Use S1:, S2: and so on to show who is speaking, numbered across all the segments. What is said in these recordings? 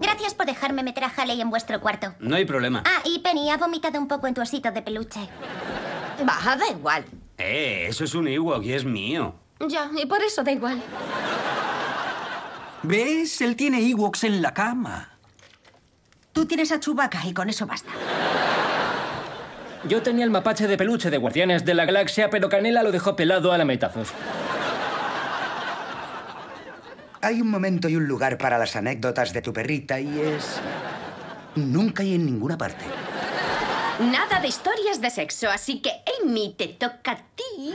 S1: Gracias por dejarme meter a Haley en vuestro cuarto.
S2: No hay problema.
S1: Ah, y Penny ha vomitado un poco en tu osito de peluche.
S3: Baja, da igual.
S2: Eh, eso es un Ewok y es mío.
S3: Ya, y por eso da igual.
S4: ¿Ves? Él tiene Ewoks en la cama.
S3: Tú tienes a Chubaca y con eso basta.
S5: Yo tenía el mapache de peluche de Guardianes de la Galaxia, pero Canela lo dejó pelado a la metazos.
S6: Hay un momento y un lugar para las anécdotas de tu perrita y es... Nunca y en ninguna parte.
S3: Nada de historias de sexo, así que Amy, te toca a ti.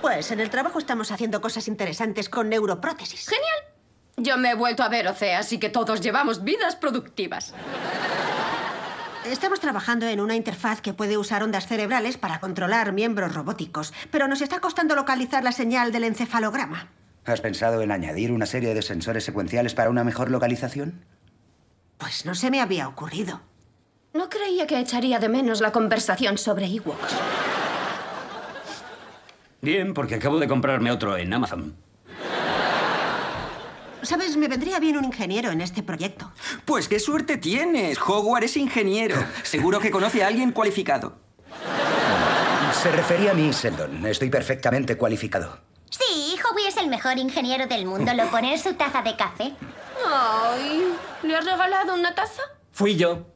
S7: Pues en el trabajo estamos haciendo cosas interesantes con neuroprótesis.
S3: Genial. Yo me he vuelto a ver Ocea, así que todos llevamos vidas productivas.
S7: Estamos trabajando en una interfaz que puede usar ondas cerebrales para controlar miembros robóticos, pero nos está costando localizar la señal del encefalograma.
S6: ¿Has pensado en añadir una serie de sensores secuenciales para una mejor localización?
S7: Pues no se me había ocurrido.
S3: No creía que echaría de menos la conversación sobre Ewoks.
S2: Bien, porque acabo de comprarme otro en Amazon.
S7: ¿Sabes? Me vendría bien un ingeniero en este proyecto.
S4: Pues qué suerte tienes. Howard es ingeniero. Seguro que conoce a alguien cualificado.
S6: Se refería a mí, Sheldon. Estoy perfectamente cualificado.
S1: Sí, Howie es el mejor ingeniero del mundo. Lo pone en su taza de café.
S3: Ay, ¿le has regalado una taza?
S5: Fui yo.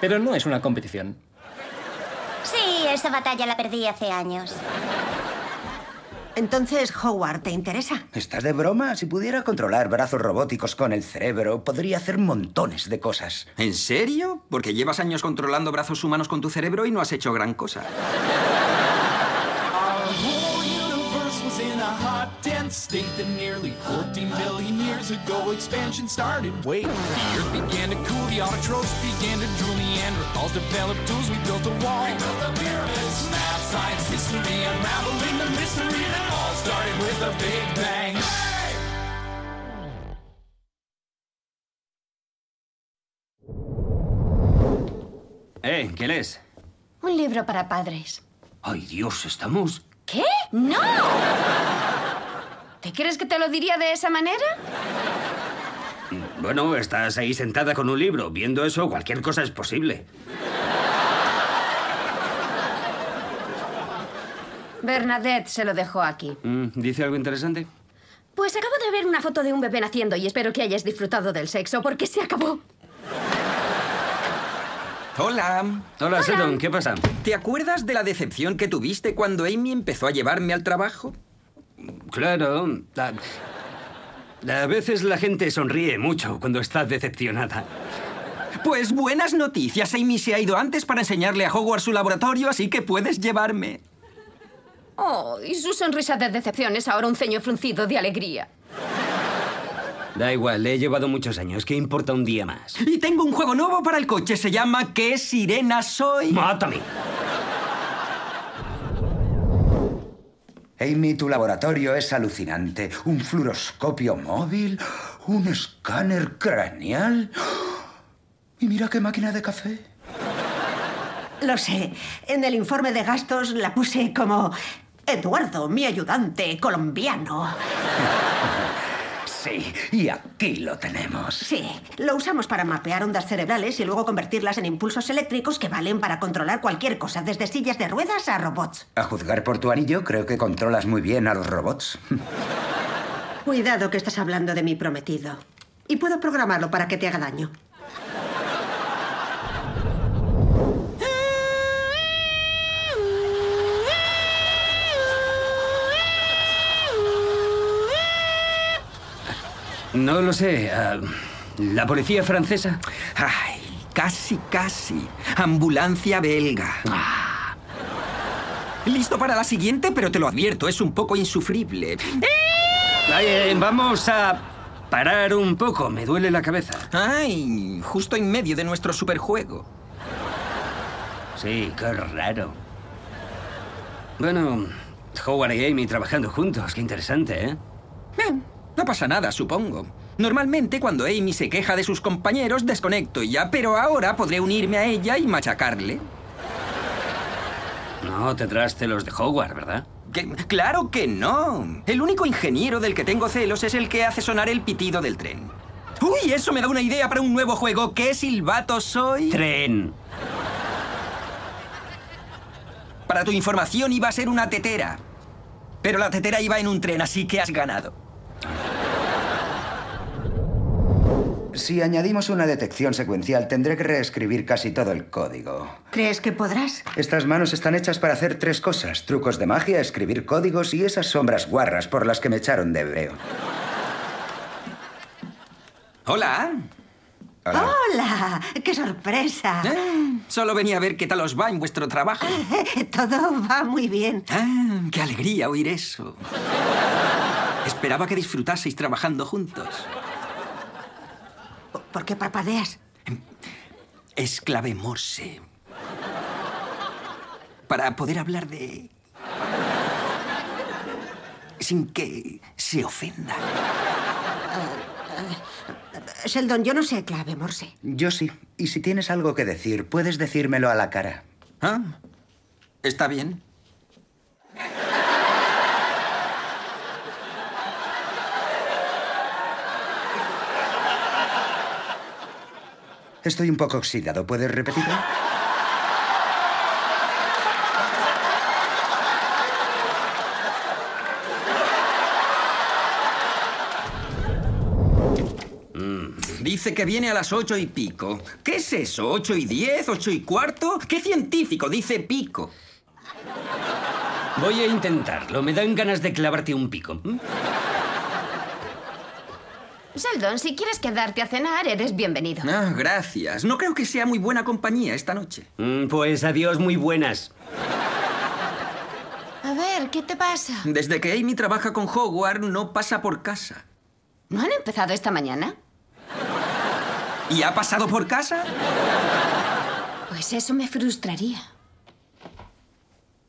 S5: Pero no es una competición.
S1: Sí, esa batalla la perdí hace años.
S7: Entonces, Howard, ¿te interesa?
S6: ¿Estás de broma? Si pudiera controlar brazos robóticos con el cerebro, podría hacer montones de cosas.
S4: ¿En serio? Porque llevas años controlando brazos humanos con tu cerebro y no has hecho gran cosa.
S8: Our whole universe was in a hot, dense state that nearly 14 billion years ago expansion started. Wait, the earth began to cool, the autotrophs began to drool, Neanderthals developed tools, we built a wall. We built the pyramids, math, science, history, unraveling the mystery that all started with a big bang.
S2: Eh, ¿qué lees?
S3: Un libro para padres.
S2: Ay, Dios, estamos.
S3: ¿Qué? ¡No! ¿Te crees que te lo diría de esa manera?
S2: Bueno, estás ahí sentada con un libro. Viendo eso, cualquier cosa es posible.
S3: Bernadette se lo dejó aquí.
S2: Mm, ¿Dice algo interesante?
S3: Pues acabo de ver una foto de un bebé naciendo y espero que hayas disfrutado del sexo porque se acabó.
S4: Hola.
S2: Hola, Sheldon, ¿qué pasa?
S4: ¿Te acuerdas de la decepción que tuviste cuando Amy empezó a llevarme al trabajo?
S2: Claro. A, a veces la gente sonríe mucho cuando está decepcionada.
S4: Pues buenas noticias. Amy se ha ido antes para enseñarle a Howard su laboratorio, así que puedes llevarme.
S3: Oh, y su sonrisa de decepción es ahora un ceño fruncido de alegría.
S2: Da igual, le he llevado muchos años. ¿Qué importa un día más?
S4: Y tengo un juego nuevo para el coche. Se llama ¿Qué sirena soy?
S2: ¡Mátame!
S6: Amy, tu laboratorio es alucinante. Un fluoroscopio móvil, un escáner craneal. Y mira qué máquina de café.
S7: Lo sé. En el informe de gastos la puse como Eduardo, mi ayudante colombiano.
S6: Sí, y aquí lo tenemos.
S7: Sí, lo usamos para mapear ondas cerebrales y luego convertirlas en impulsos eléctricos que valen para controlar cualquier cosa, desde sillas de ruedas a robots.
S6: A juzgar por tu anillo, creo que controlas muy bien a los robots.
S7: Cuidado que estás hablando de mi prometido. Y puedo programarlo para que te haga daño.
S2: No lo sé. ah, ¿La policía francesa?
S4: Ay,
S2: Ah.
S4: casi, casi. Ambulancia belga. Listo para la siguiente, pero te lo advierto, es un poco insufrible.
S2: Eh, vamos a parar un poco. Me duele la cabeza.
S4: ¡Ay! Justo en medio de nuestro superjuego.
S2: Sí, qué raro. Bueno, Howard y Amy trabajando juntos. Qué interesante, ¿eh?
S4: Bien, no pasa nada, supongo. Normalmente cuando Amy se queja de sus compañeros desconecto ya, pero ahora podré unirme a ella y machacarle.
S2: No tendrás celos de Howard, ¿verdad?
S4: Que- claro que no. El único ingeniero del que tengo celos es el que hace sonar el pitido del tren. Uy, eso me da una idea para un nuevo juego. ¿Qué silbato soy?
S2: Tren.
S4: Para tu información iba a ser una tetera. Pero la tetera iba en un tren, así que has ganado.
S6: Si añadimos una detección secuencial, tendré que reescribir casi todo el código.
S7: ¿Crees que podrás?
S6: Estas manos están hechas para hacer tres cosas. Trucos de magia, escribir códigos y esas sombras guarras por las que me echaron de hebreo.
S4: Hola.
S6: Hola.
S7: ¡Hola! ¡Qué sorpresa!
S4: Ah, solo venía a ver qué tal os va en vuestro trabajo.
S7: Todo va muy bien.
S4: Ah, qué alegría oír eso. Esperaba que disfrutaseis trabajando juntos.
S7: ¿Por- ¿Por qué parpadeas?
S4: Es clave Morse. Para poder hablar de... Sin que se ofenda.
S7: Sheldon, yo no sé clave, Morse.
S6: Yo sí. Y si tienes algo que decir, puedes decírmelo a la cara.
S4: ¿Ah? ¿Está bien?
S6: Estoy un poco oxidado. ¿Puedes repetirlo?
S2: Mm,
S4: Dice que viene a las ocho y pico. ¿Qué es eso? ¿Ocho y diez? ¿Ocho y cuarto? ¿Qué científico dice pico?
S2: Voy a intentarlo. Me dan ganas de clavarte un pico. ¿Mm?
S3: Sheldon, si quieres quedarte a cenar, eres bienvenido.
S4: Ah, gracias. No creo que sea muy buena compañía esta noche.
S2: Mm, Pues adiós, muy buenas.
S3: A ver, ¿qué te pasa?
S4: Desde que Amy trabaja con Howard, no pasa por casa.
S3: ¿No han empezado esta mañana?
S4: ¿Y ha pasado por casa?
S3: Pues eso me frustraría.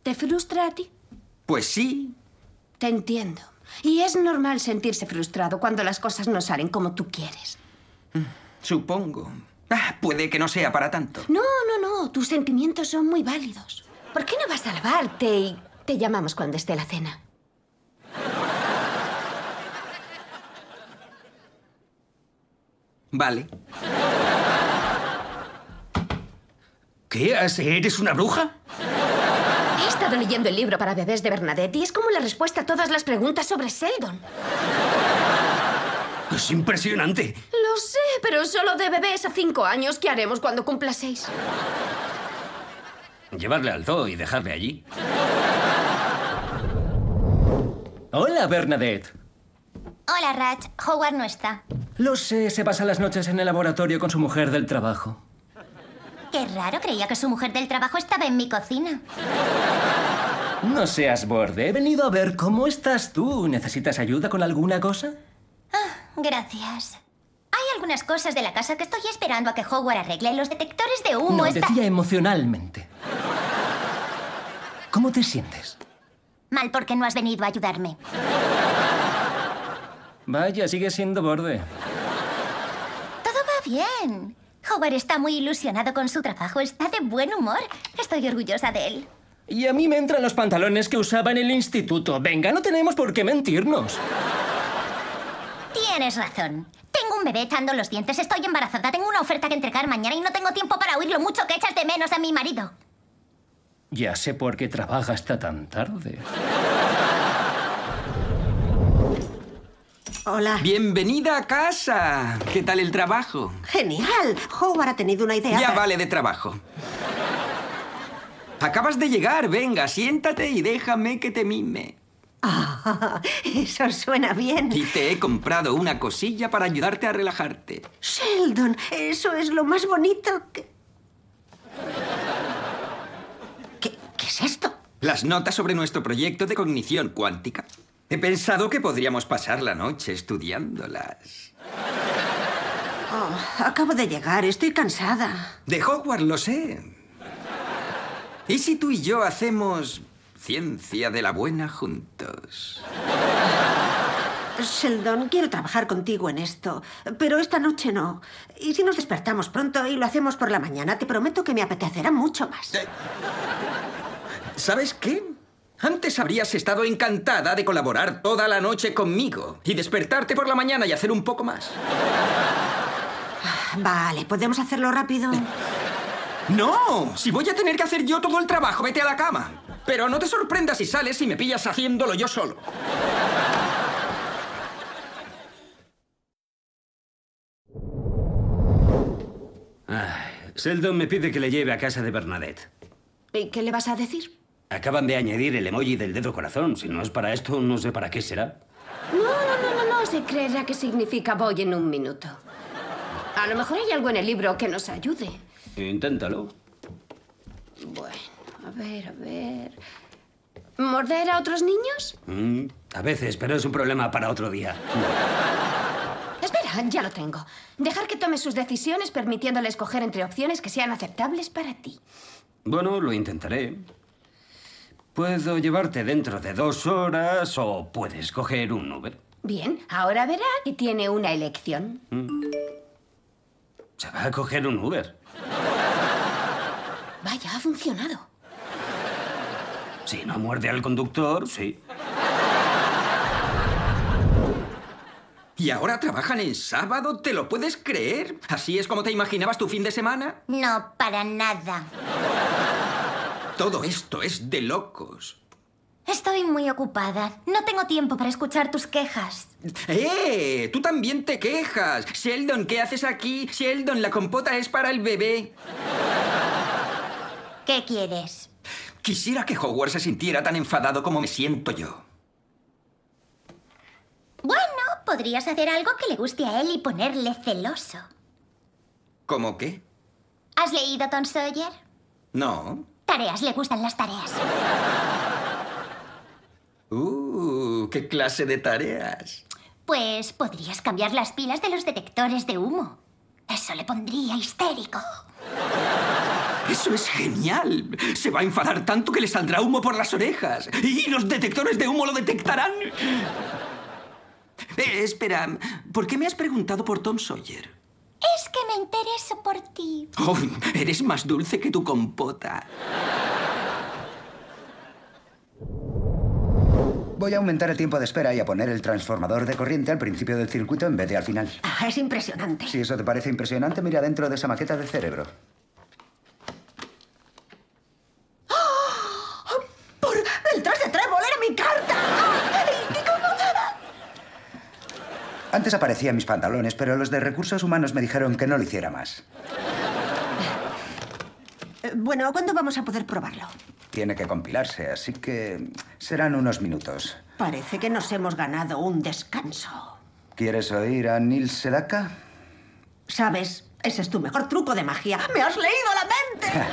S3: ¿Te frustra a ti?
S4: Pues sí.
S3: Te entiendo. Y es normal sentirse frustrado cuando las cosas no salen como tú quieres.
S4: Supongo. Ah, puede que no sea para tanto.
S3: No, no, no, tus sentimientos son muy válidos. ¿Por qué no vas a lavarte y te llamamos cuando esté la cena?
S4: Vale.
S2: ¿Qué? ¿Has- ¿Eres una bruja?
S3: He estado leyendo el libro para bebés de Bernadette y es como la respuesta a todas las preguntas sobre Sheldon.
S2: Es impresionante.
S3: Lo sé, pero solo de bebés a cinco años. ¿Qué haremos cuando cumpla seis?
S2: Llevarle al zoo y dejarle allí.
S5: Hola, Bernadette.
S1: Hola, Ratch. Howard no está.
S5: Lo sé, Eh, se pasa las noches en el laboratorio con su mujer del trabajo.
S1: Qué raro, creía que su mujer del trabajo estaba en mi cocina.
S5: No seas borde. He venido a ver cómo estás tú. ¿Necesitas ayuda con alguna cosa?
S1: Ah, Gracias. Hay algunas cosas de la casa que estoy esperando a que Howard arregle. Los detectores de humo
S5: no,
S1: están...
S5: decía emocionalmente. ¿Cómo te sientes?
S1: Mal porque no has venido a ayudarme.
S5: Vaya, sigue siendo borde.
S1: Todo va bien. Howard está muy ilusionado con su trabajo. Está de buen humor. Estoy orgullosa de él.
S5: Y a mí me entran los pantalones que usaba en el instituto. Venga, no tenemos por qué mentirnos.
S1: Tienes razón. Tengo un bebé echando los dientes, estoy embarazada, tengo una oferta que entregar mañana y no tengo tiempo para oír lo mucho que echas de menos a mi marido.
S5: Ya sé por qué trabaja hasta tan tarde.
S7: Hola.
S4: Bienvenida a casa. ¿Qué tal el trabajo?
S7: Genial. Howard ha tenido una idea.
S4: Ya
S7: para-
S4: vale de trabajo. Acabas de llegar, venga, siéntate y déjame que te mime.
S7: Ah, eso suena bien.
S4: Y te he comprado una cosilla para ayudarte a relajarte.
S7: Sheldon, eso es lo más bonito que... ¿Qué, qué es esto?
S4: las notas sobre nuestro proyecto de cognición cuántica. He pensado que podríamos pasar la noche estudiándolas.
S7: Oh, acabo de llegar, estoy cansada.
S4: De Hogwarts lo sé. ¿Y si tú y yo hacemos ciencia de la buena juntos?
S7: Sheldon, quiero trabajar contigo en esto, pero esta noche no. Y si nos despertamos pronto y lo hacemos por la mañana, te prometo que me apetecerá mucho más.
S4: ¿Sabes qué? Antes habrías estado encantada de colaborar toda la noche conmigo y despertarte por la mañana y hacer un poco más.
S7: Vale, podemos hacerlo rápido.
S4: No, si voy a tener que hacer yo todo el trabajo, vete a la cama. Pero no te sorprendas si sales y me pillas haciéndolo yo solo.
S2: Ay, Ah, Sheldon me pide que le lleve a casa de Bernadette.
S3: ¿Y qué le vas a decir?
S2: Acaban de añadir el emoji del dedo corazón. Si no es para esto, no sé para qué será.
S3: No, no, no, no, no. Se creerá que significa voy en un minuto. A lo mejor hay algo en el libro que nos ayude.
S2: Inténtalo.
S3: Bueno, a ver, a ver. ¿Morder a otros niños?
S2: Mm, a veces, pero es un problema para otro día.
S3: Espera, ya lo tengo. Dejar que tome sus decisiones permitiéndole escoger entre opciones que sean aceptables para ti.
S2: Bueno, lo intentaré. Puedo llevarte dentro de dos horas o puedes coger un Uber.
S3: Bien, ahora verá que tiene una elección.
S2: Se va a coger un Uber.
S3: Vaya, ha funcionado.
S2: Si no muerde al conductor, sí.
S4: ¿Y ahora trabajan en sábado? ¿Te lo puedes creer? ¿Así es como te imaginabas tu fin de semana?
S1: No, para nada.
S4: Todo esto es de locos.
S1: Estoy muy ocupada. No tengo tiempo para escuchar tus quejas.
S4: ¡Eh! ¡Tú también te quejas! Sheldon, ¿qué haces aquí? Sheldon, la compota es para el bebé.
S1: ¿Qué quieres?
S4: Quisiera que Howard se sintiera tan enfadado como me siento yo.
S1: Bueno, podrías hacer algo que le guste a él y ponerle celoso.
S4: ¿Cómo qué?
S1: ¿Has leído Tom Sawyer?
S4: No.
S1: Tareas, le gustan las tareas.
S4: ¡Uh! ¿Qué clase de tareas?
S1: Pues podrías cambiar las pilas de los detectores de humo. Eso le pondría histérico.
S4: Eso es genial. Se va a enfadar tanto que le saldrá humo por las orejas. Y los detectores de humo lo detectarán. Eh, espera, ¿por qué me has preguntado por Tom Sawyer?
S1: Es que me intereso por ti.
S4: Oh, eres más dulce que tu compota.
S6: Voy a aumentar el tiempo de espera y a poner el transformador de corriente al principio del circuito en vez de al final.
S7: Ah, es impresionante.
S6: Si eso te parece impresionante, mira dentro de esa maqueta de cerebro.
S7: Por el tras de trébol era mi carta. ¡Ay, qué conmocionada!
S6: Antes aparecían mis pantalones, pero los de recursos humanos me dijeron que no lo hiciera más.
S7: Eh, Bueno, ¿cuándo vamos a poder probarlo?
S6: Tiene que compilarse, así que serán unos minutos.
S7: Parece que nos hemos ganado un descanso.
S6: ¿Quieres oír a Neil Sedaka?
S7: ¿Sabes? Ese es tu mejor truco de magia. ¡Me has leído la mente!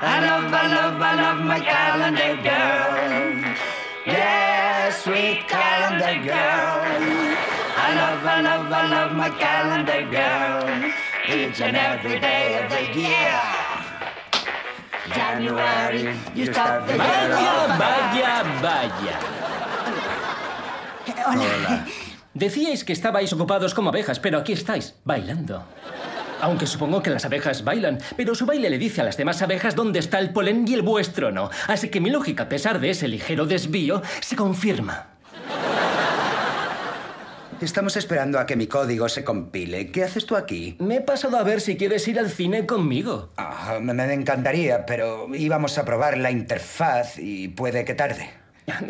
S9: I love, I love, I love my calendar girl. Yeah, sweet calendar girl. I love, I love, I love my calendar girl. Each and every day of the year. January, you start the year
S5: Vaya,
S9: off.
S5: vaya, vaya.
S7: Eh, Hola.
S5: Decíais que estabais ocupados como abejas, pero aquí estáis, bailando. Aunque supongo que las abejas bailan, pero su baile le dice a las demás abejas dónde está el polen y el vuestro no. Así que mi lógica, a pesar de ese ligero desvío, se confirma.
S6: Estamos esperando a que mi código se compile. ¿Qué haces tú aquí?
S5: Me he pasado a ver si quieres ir al cine conmigo.
S6: Ah, me, me encantaría, pero íbamos a probar la interfaz y puede que tarde.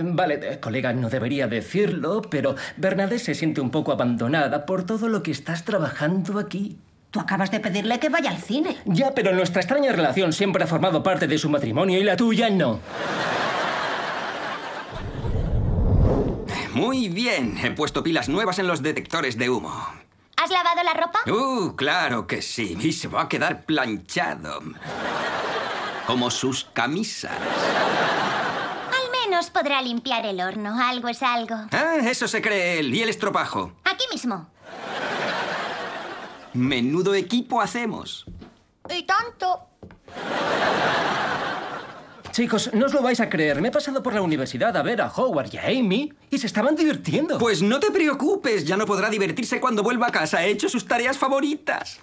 S5: Vale, eh, colega, no debería decirlo, pero Bernadette se siente un poco abandonada por todo lo que estás trabajando aquí.
S7: Tú acabas de pedirle que vaya al cine.
S5: Ya, pero nuestra extraña relación siempre ha formado parte de su matrimonio y la tuya no.
S4: Muy bien, he puesto pilas nuevas en los detectores de humo.
S1: ¿Has lavado
S2: Uh.
S1: la ropa?
S4: Uh, claro que sí. Y se va a quedar planchado. como sus camisas.
S1: Al menos podrá limpiar el horno. Algo es algo.
S4: Ah, eso se cree él. Y el estropajo.
S1: Aquí mismo.
S4: Menudo equipo hacemos.
S1: Y tanto.
S5: Chicos, no os lo vais a creer. Me he pasado por la universidad a ver a Howard y a Amy y se estaban divirtiendo.
S4: Pues no te preocupes, ya no podrá divertirse cuando vuelva a casa. Ha hecho sus tareas favoritas.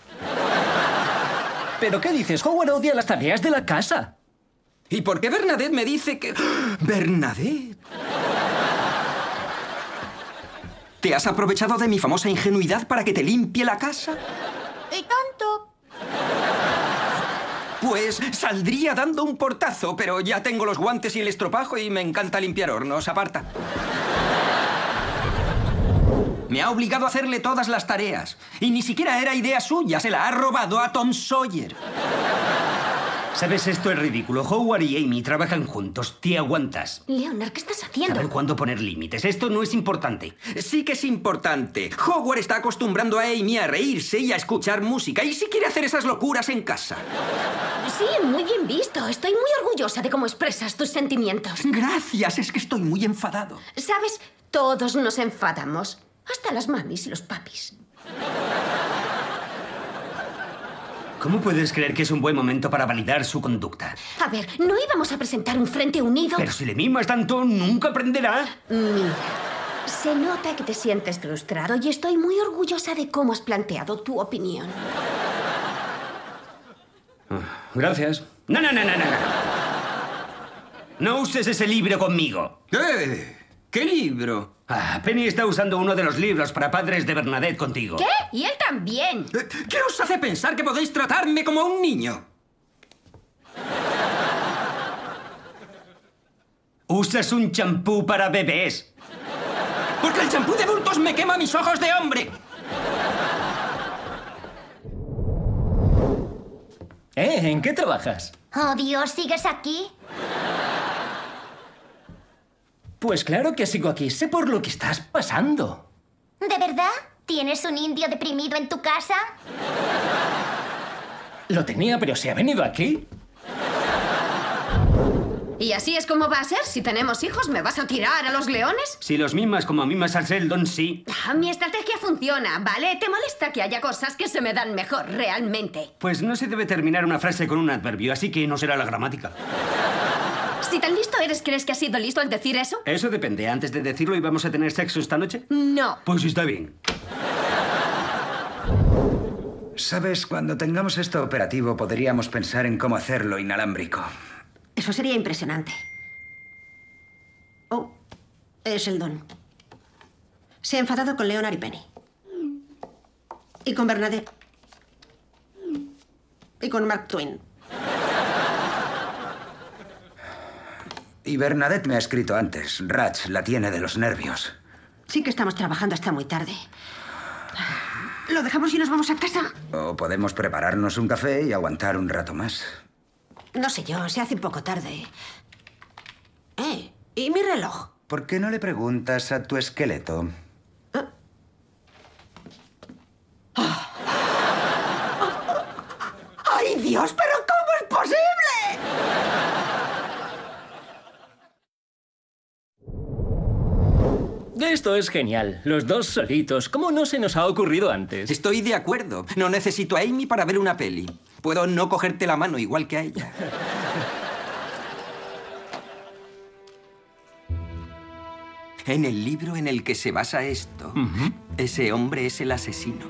S5: ¿Pero qué dices? Howard odia las tareas de la casa.
S4: ¿Y por qué Bernadette me dice que... Bernadette. ¿Te has aprovechado de mi famosa ingenuidad para que te limpie la casa?
S1: Y tanto.
S4: Pues saldría dando un portazo, pero ya tengo los guantes y el estropajo y me encanta limpiar hornos. Aparta. Me ha obligado a hacerle todas las tareas. Y ni siquiera era idea suya, se la ha robado a Tom Sawyer.
S2: ¿Sabes? Esto es ridículo. Howard y Amy trabajan juntos. Te aguantas.
S3: Leonard, ¿qué estás haciendo?
S2: Saber cuándo poner límites. Esto no es importante.
S4: Sí que es importante. Howard está acostumbrando a Amy a reírse y a escuchar música. Y si quiere hacer esas locuras en casa.
S3: Sí, muy bien visto. Estoy muy orgullosa de cómo expresas tus sentimientos.
S4: Gracias, es que estoy muy enfadado.
S3: ¿Sabes? Todos nos enfadamos. Hasta las mamis y los papis.
S2: ¿Cómo puedes creer que es un buen momento para validar su conducta?
S3: A ver, ¿no íbamos a presentar un frente unido?
S2: Pero si le mimas tanto, nunca aprenderá.
S3: Mira, se nota que te sientes frustrado y estoy muy orgullosa de cómo has planteado tu opinión.
S2: Gracias. No, no, no, no, no. No uses ese libro conmigo.
S4: ¿Eh? ¿Qué libro?
S2: Ah, Penny está usando uno de los libros para padres de Bernadette contigo.
S3: ¿Qué? Y él también.
S4: Eh, ¿Qué os hace pensar que podéis tratarme como a un niño?
S2: Usas un champú para bebés.
S4: Porque el champú de adultos me quema mis ojos de hombre.
S5: ¿Eh? ¿En qué trabajas?
S1: Oh, Dios, ¿sigues aquí?
S5: Pues claro que sigo aquí. Sé por lo que estás pasando.
S1: ¿De verdad? ¿Tienes un indio deprimido en tu casa?
S5: Lo tenía, pero se ha venido aquí.
S3: ¿Y así es como va a ser? Si tenemos hijos, ¿me vas a tirar a los leones?
S2: Si los mimas como mimas al Sheldon, sí.
S3: Ah, mi estrategia funciona, ¿vale? Te molesta que haya cosas que se me dan mejor, realmente.
S2: Pues no se debe terminar una frase con un adverbio, así que no será la gramática.
S3: Si tan listo eres, ¿crees que has sido listo al decir eso?
S2: Eso depende. Antes de decirlo, ¿íbamos a tener sexo esta noche?
S3: No.
S2: Pues está bien.
S6: Sabes, cuando tengamos esto operativo podríamos pensar en cómo hacerlo inalámbrico.
S7: Eso sería impresionante. Oh, es el don. Se ha enfadado con Leonard y Penny. Y con Bernadette. Y con Mark Twain.
S6: Y Bernadette me ha escrito antes. Ratch la tiene de los nervios.
S7: Sí que estamos trabajando hasta muy tarde. ¿Lo dejamos y nos vamos a casa?
S6: O podemos prepararnos un café y aguantar un rato más.
S7: No sé yo, se hace un poco tarde. ¿Eh? ¿Y mi reloj?
S6: ¿Por qué no le preguntas a tu esqueleto?
S7: ¡Ay, Dios! ¿Pero cómo es posible?
S5: Esto es genial. Los dos solitos. ¿Cómo no se nos ha ocurrido antes?
S4: Estoy de acuerdo. No necesito a Amy para ver una peli. Puedo no cogerte la mano igual que a ella. En el libro en el que se basa esto, ese hombre es el asesino.